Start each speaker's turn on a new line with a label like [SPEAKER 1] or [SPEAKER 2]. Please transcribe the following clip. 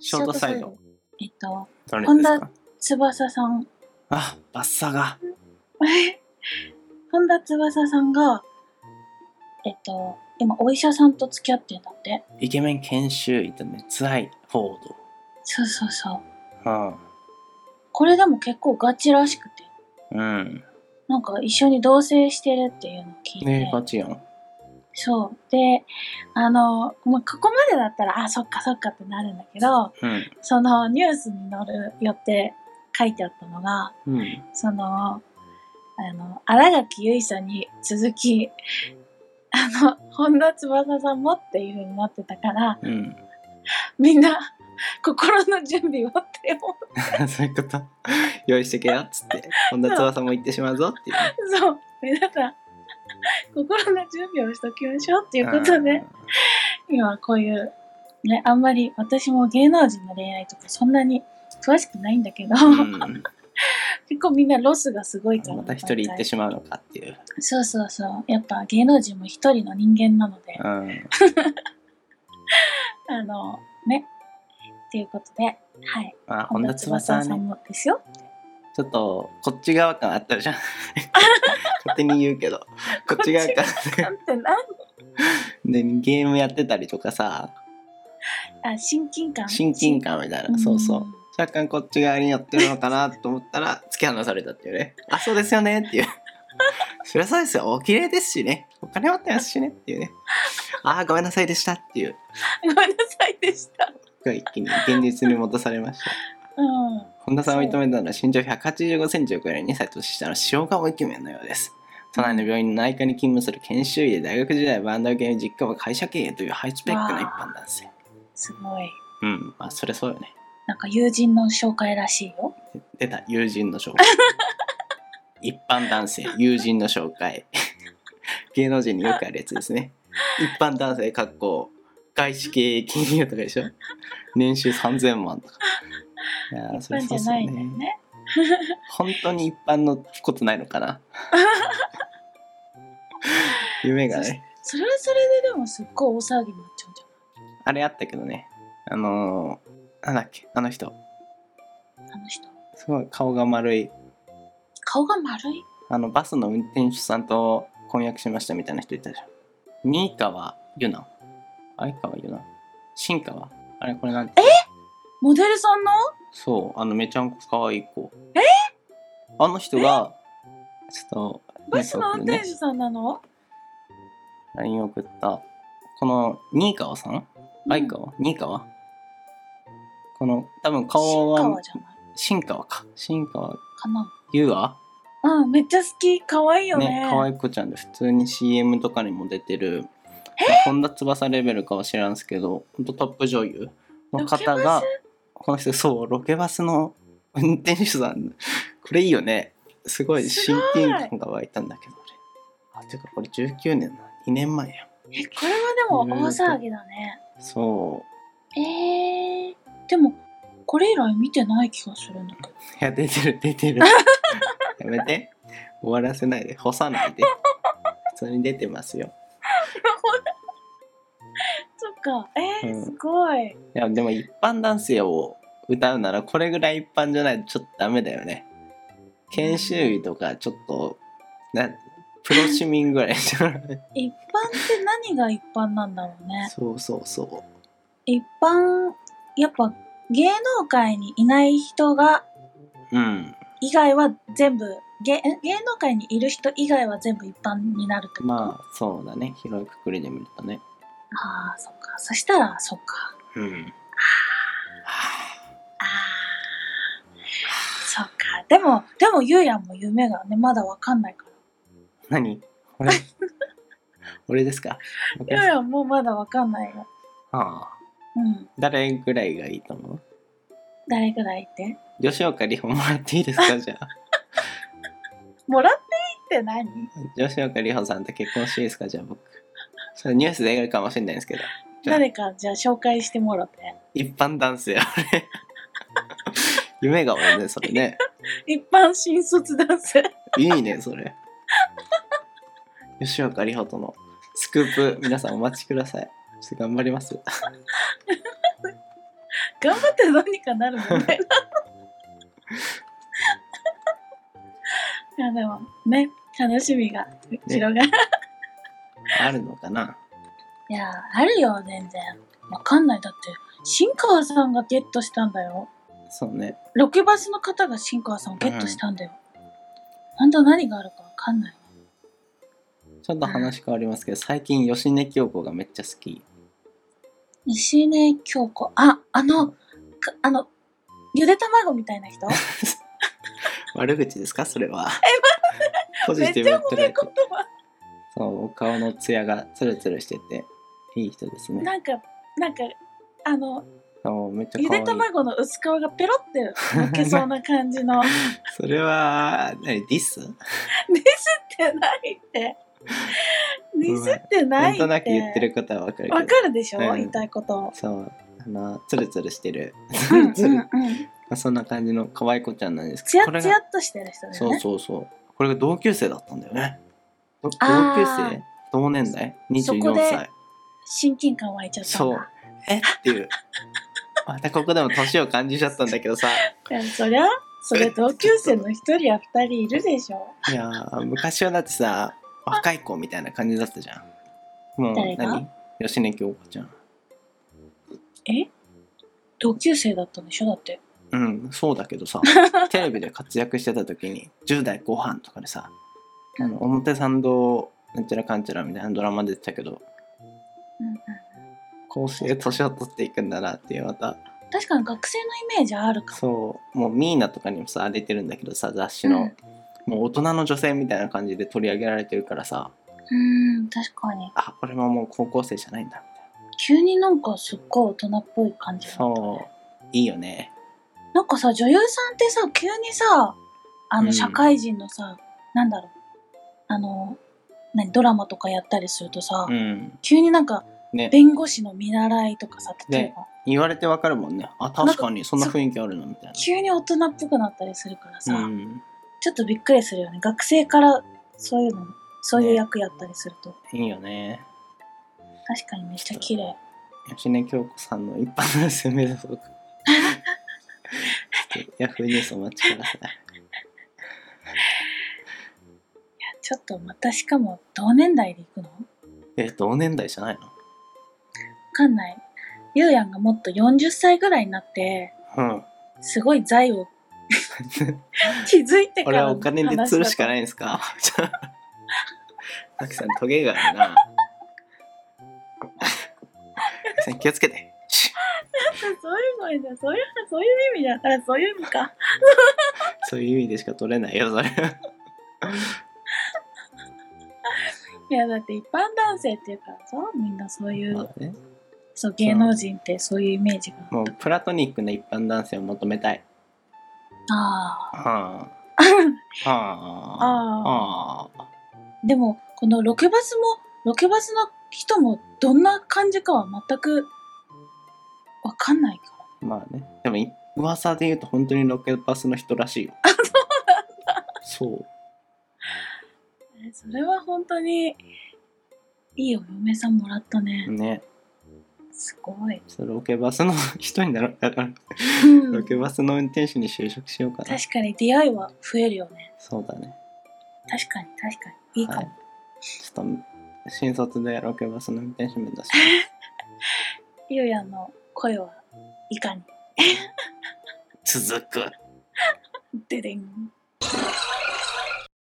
[SPEAKER 1] ショートサイド。
[SPEAKER 2] えっと、
[SPEAKER 1] 誰です
[SPEAKER 2] 本
[SPEAKER 1] か
[SPEAKER 2] 翼さん。
[SPEAKER 1] あ、バッサが。
[SPEAKER 2] 本田翼さんが、えっと、今お医者さんと付き合ってんだって。
[SPEAKER 1] イケメン研修医とね、つらいフォー
[SPEAKER 2] そうそうそう。
[SPEAKER 1] ド。は
[SPEAKER 2] これでも結構ガチらしくて。
[SPEAKER 1] あ、うん。
[SPEAKER 2] なんか一緒に同棲してるっていうのを聞いて。
[SPEAKER 1] ねえ、ガチやん。
[SPEAKER 2] そう。で、あの、まあ、ここまでだったら、あ、そっかそっかってなるんだけど、
[SPEAKER 1] うん。
[SPEAKER 2] そのニュースに載るよって書いてあったのが、
[SPEAKER 1] うん。
[SPEAKER 2] その、あの、新垣結衣さんに続き、あの、本田翼さんもっていう風になってたから、
[SPEAKER 1] うん。
[SPEAKER 2] みんな、心の準備をって思っ
[SPEAKER 1] そういうこと。用意してけよっつって、本田翼も行ってしまうぞっていうね。
[SPEAKER 2] て、そう、皆さん、心の準備をしときましょうっていうことで、今こういう、ね、あんまり私も芸能人の恋愛とかそんなに詳しくないんだけど、
[SPEAKER 1] あー。うん
[SPEAKER 2] 結構みんなロスがすごいから。
[SPEAKER 1] また一人行ってしまうのかっていう。
[SPEAKER 2] そうそうそう。やっぱ芸能人も一人の人間なので、
[SPEAKER 1] うん。
[SPEAKER 2] あの、ね。っていうことで、はい。
[SPEAKER 1] まあ、本田翼は
[SPEAKER 2] さ
[SPEAKER 1] ね、
[SPEAKER 2] んもですよ。
[SPEAKER 1] ちょっと、こっち側感あった じゃん。勝手に言うけど、こっち側感
[SPEAKER 2] なんてなん
[SPEAKER 1] で、ゲームやってたりとかさ、
[SPEAKER 2] あ、親近感。
[SPEAKER 1] 親近感みたいな、そうそう。若干こっち側に寄ってるのかなと思ったら突き放されたっていうねあそうですよねっていう そりゃそうですよお綺麗ですしねお金持ってますしねっていうねああごめんなさいでしたっていう
[SPEAKER 2] うん。ごめんなさいでした。
[SPEAKER 1] が一気に現実に戻されました
[SPEAKER 2] うん。
[SPEAKER 1] 本田さんを認めたのは身長1 8 5センチを超える2歳年下の塩顔イケメンのようです都内の病院の内科に勤務する研修医で大学時代バンドを受け実家は会社経営というハイスペックな一般男性
[SPEAKER 2] すごい。
[SPEAKER 1] うんまあそりゃそうよね
[SPEAKER 2] なんか友人の紹介らしいよ。
[SPEAKER 1] 出た友人の紹介 一般男性友人の紹介芸能人によくあるやつですね一般男性かっこ外資系金融とかでしょ年収3000万とかいやー
[SPEAKER 2] 一
[SPEAKER 1] それ
[SPEAKER 2] 般じ
[SPEAKER 1] そうっ
[SPEAKER 2] ゃ
[SPEAKER 1] す
[SPEAKER 2] ない
[SPEAKER 1] よ
[SPEAKER 2] んだよ
[SPEAKER 1] ね
[SPEAKER 2] ね。
[SPEAKER 1] 本当に一般のことないのか な夢がね
[SPEAKER 2] それはそれででもすっごい大騒ぎになっちゃうんじ
[SPEAKER 1] あれあったけどねあのー、なんだっけあの人
[SPEAKER 2] ゃないあの人。
[SPEAKER 1] すごい顔が丸い
[SPEAKER 2] 顔が丸い
[SPEAKER 1] あのバスの運転手さんと婚約しましたみたいな人いたじゃん。新川優奈。相川優奈。新川あれこれなんてえ
[SPEAKER 2] モデルさんの
[SPEAKER 1] そう、あのめちゃんこ可愛い子。えあの人が、ちょっと、
[SPEAKER 2] バスの運転手
[SPEAKER 1] ね
[SPEAKER 2] さんなの
[SPEAKER 1] LINE 送った。この新川さん相川新川この、多分顔
[SPEAKER 2] 新
[SPEAKER 1] は
[SPEAKER 2] 川、じゃない
[SPEAKER 1] 新川か。新川
[SPEAKER 2] かな
[SPEAKER 1] 優は
[SPEAKER 2] うん、めっちゃ好き。可愛いよね。
[SPEAKER 1] ね可愛い子ちゃんで普通に CM とかにも出てる、本田翼レベルかは知らんすけどほんとトップ女優の方がこの人そうロケバスの運転手さんこれいいよねすごい
[SPEAKER 2] す
[SPEAKER 1] 親
[SPEAKER 2] ごい
[SPEAKER 1] 近感が湧いたんだけど俺あてかこれ19年な2年前や
[SPEAKER 2] え、これはでも大騒ぎだね。
[SPEAKER 1] そう
[SPEAKER 2] えー、でも、これ以来見てない気がするんだけど。
[SPEAKER 1] いや出てる出てるやめて終わらせないで干さないで普通に出てますよ
[SPEAKER 2] そっか、えー
[SPEAKER 1] うん
[SPEAKER 2] すごい。
[SPEAKER 1] いやでも一般男性を歌うならこれぐらい一般じゃないとちょっとダメだよね研修医とかちょっとなプロ市民ぐらいじゃない。
[SPEAKER 2] 一般って何が一般なんだろうね
[SPEAKER 1] そうそうそ
[SPEAKER 2] 一般、やっぱ芸能界にいない人が、
[SPEAKER 1] ううん
[SPEAKER 2] 以外は全部、芸ん芸能界にいる人以外は全部一般になるってこと、
[SPEAKER 1] まあそうだね広いくくりで見るとね
[SPEAKER 2] ああ、そっか。そしたら、そっか。
[SPEAKER 1] うん
[SPEAKER 2] ああ、そっか。でも、でも、ゆうやんも夢がね、まだわかんないから。
[SPEAKER 1] 何俺俺ですか僕
[SPEAKER 2] ゆ
[SPEAKER 1] で
[SPEAKER 2] う
[SPEAKER 1] すか
[SPEAKER 2] やんもまだわかんないよ。
[SPEAKER 1] ああ
[SPEAKER 2] うん。
[SPEAKER 1] 誰ぐらいがいいと思う
[SPEAKER 2] 誰ぐらいって
[SPEAKER 1] 吉岡里帆もらっていいですかじゃあ
[SPEAKER 2] もらっていいって何
[SPEAKER 1] 吉岡里帆さんと結婚していいですかじゃあ僕それニュースでやるかもしれないんですけどじゃあ
[SPEAKER 2] 誰かじゃあ紹介してもろて。
[SPEAKER 1] 一般男性あれ夢が俺ねそれね
[SPEAKER 2] 一般新卒男性。
[SPEAKER 1] いいねそれ吉岡里帆とのスクープ皆さんお待ちくださいちょっと頑張ります
[SPEAKER 2] 頑張ってどうにかなるも んね。いやでもね、楽しみが広がる。
[SPEAKER 1] あるのかない
[SPEAKER 2] や、あるよ、全然。わかんない。だって、新川さんがゲットしたんだよ。
[SPEAKER 1] そうね。
[SPEAKER 2] ロケバスの方が新川さんをゲットしたんだよ。本当何があるかわかんない。
[SPEAKER 1] ちょっと話変わりますけど、最近芳根京子がめっちゃ好き。
[SPEAKER 2] 石根京子。あ、あの、かあの、ゆで卵みたいな人
[SPEAKER 1] 悪口ですかそれは。ポ
[SPEAKER 2] め
[SPEAKER 1] ジ
[SPEAKER 2] っ
[SPEAKER 1] ティ
[SPEAKER 2] ち
[SPEAKER 1] ブ
[SPEAKER 2] ゃ
[SPEAKER 1] に
[SPEAKER 2] 褒
[SPEAKER 1] 捉
[SPEAKER 2] め
[SPEAKER 1] え
[SPEAKER 2] 言
[SPEAKER 1] て。
[SPEAKER 2] 葉。
[SPEAKER 1] そう、お顔のツヤがツルツルしてて、いい人ですね。
[SPEAKER 2] なんか、なんか、あの、
[SPEAKER 1] そう、めっちゃ
[SPEAKER 2] ゆ
[SPEAKER 1] 可愛
[SPEAKER 2] で
[SPEAKER 1] い。
[SPEAKER 2] 卵の薄皮がペロって抜けそうな感 じの。
[SPEAKER 1] それは、何ディス
[SPEAKER 2] ミスってないって。ミスってな
[SPEAKER 1] ない
[SPEAKER 2] っ
[SPEAKER 1] ん
[SPEAKER 2] て。
[SPEAKER 1] となく言ってることはわかるけど。
[SPEAKER 2] わかるでしょ、
[SPEAKER 1] うん
[SPEAKER 2] 言いたい こと。
[SPEAKER 1] そう、あの、ツルツルしてる。
[SPEAKER 2] う
[SPEAKER 1] ツ
[SPEAKER 2] ん
[SPEAKER 1] ルツ
[SPEAKER 2] う
[SPEAKER 1] ル。
[SPEAKER 2] んう
[SPEAKER 1] ま
[SPEAKER 2] ん。
[SPEAKER 1] あ そんな感じの可愛い子ちゃんなんです
[SPEAKER 2] ツ
[SPEAKER 1] けど、こ
[SPEAKER 2] ヤ
[SPEAKER 1] れ
[SPEAKER 2] ツヤ
[SPEAKER 1] が、
[SPEAKER 2] っとしてる人だよ
[SPEAKER 1] そう
[SPEAKER 2] ね。
[SPEAKER 1] そうそう。これが同級生だったんだよね。ど同
[SPEAKER 2] あ
[SPEAKER 1] 級
[SPEAKER 2] ー
[SPEAKER 1] 生同年代
[SPEAKER 2] そこ
[SPEAKER 1] ?24
[SPEAKER 2] で
[SPEAKER 1] 歳。
[SPEAKER 2] 親近感湧いちゃったん
[SPEAKER 1] そ
[SPEAKER 2] だ
[SPEAKER 1] う。えっていう。 またここでも年を感じちゃったんだけどさ。
[SPEAKER 2] でもそりゃ、それ同級生の一人や二人いるでしょ。
[SPEAKER 1] いやー昔はだってさ若い子みたいな感じだったじゃん。もう
[SPEAKER 2] 誰が
[SPEAKER 1] 何吉根京子ちゃん。
[SPEAKER 2] え同級生だったんでしょだって。
[SPEAKER 1] うんそうだけど さテレビで活躍してた時に10代後半とかでさあの表参道なんちゃらかんちゃらみたいなドラマ出てたけど
[SPEAKER 2] うんうん、
[SPEAKER 1] こうして年を取っていくんだなっていうまた
[SPEAKER 2] 確かに学生のイメージあるかも。
[SPEAKER 1] そうもうミーナとかにもさ出てるんだけどさ雑誌の、もう大人の女性みたいな感じで取り上げられてるからさ
[SPEAKER 2] うん、うん確かに。
[SPEAKER 1] あ俺ももう高校生じゃないんだみたい
[SPEAKER 2] 急になんかすっごい大人っぽい感じ
[SPEAKER 1] な
[SPEAKER 2] だったね
[SPEAKER 1] そういいよね
[SPEAKER 2] なんかさ女優さんってさ急にさあ
[SPEAKER 1] う
[SPEAKER 2] の
[SPEAKER 1] ん
[SPEAKER 2] 社会人のさ、なんだろうあの何ドラマとかやったりするとさ、
[SPEAKER 1] うん
[SPEAKER 2] 急になんか
[SPEAKER 1] ね
[SPEAKER 2] 弁護士の見習いとかさ例えば、
[SPEAKER 1] 言われてわかるもんねあ確かにそんな雰囲気あるなみたい
[SPEAKER 2] 急に大人っぽくなったりするからさ、
[SPEAKER 1] な、うん、
[SPEAKER 2] ちょっとびっくりするよね学生からそういうのそういう
[SPEAKER 1] ね
[SPEAKER 2] 役やったりすると、
[SPEAKER 1] いいよね
[SPEAKER 2] 確かにめっちゃ綺麗
[SPEAKER 1] 芳根京子さんの一般男性目指そうかちょっとヤフーニュースお待ちください
[SPEAKER 2] ちょっとまたしかも同年代で行くのわ
[SPEAKER 1] え同年代じゃないの
[SPEAKER 2] かんないゆうやんがもっと40歳ぐらいになって
[SPEAKER 1] うん
[SPEAKER 2] すごい財 を気づいてか
[SPEAKER 1] 俺
[SPEAKER 2] ら
[SPEAKER 1] は
[SPEAKER 2] の
[SPEAKER 1] お金で釣るしかないんですか マキさんトゲがあるなマキさん気をつけてシ
[SPEAKER 2] 話だったそういう声だそういうそういう意味だからそういう意味か
[SPEAKER 1] ュッそういう意味でしか取れないよそれ
[SPEAKER 2] いやだって一般男性っていうからさみんなそういう、
[SPEAKER 1] まあね
[SPEAKER 2] そう芸能人ってそういうイメージが
[SPEAKER 1] もうプラトニックな一般男性を求めたい
[SPEAKER 2] あ
[SPEAKER 1] は あ。はあ。はあ。
[SPEAKER 2] ーでもこのロケバスもロケバスの人もどんな感じかは全くわかんないから
[SPEAKER 1] まあね。でもい、噂で言うと本当にロケバスの人らしいよ。あ、そうなんだ。
[SPEAKER 2] えそれは本当にいいお嫁さんもらったね
[SPEAKER 1] そう。、ね。
[SPEAKER 2] すごい、
[SPEAKER 1] そうロケバスの人になろだから、
[SPEAKER 2] うん
[SPEAKER 1] ロケバスの運転手に就職しようかな。
[SPEAKER 2] 確かに出会いは増えるよね
[SPEAKER 1] そうだね。
[SPEAKER 2] 確かに確かにいいかも、
[SPEAKER 1] はい。ちょっと、新卒でロケバスの運転手目指して。
[SPEAKER 2] ゆうやんの声はいかに
[SPEAKER 1] 続く。
[SPEAKER 2] ででん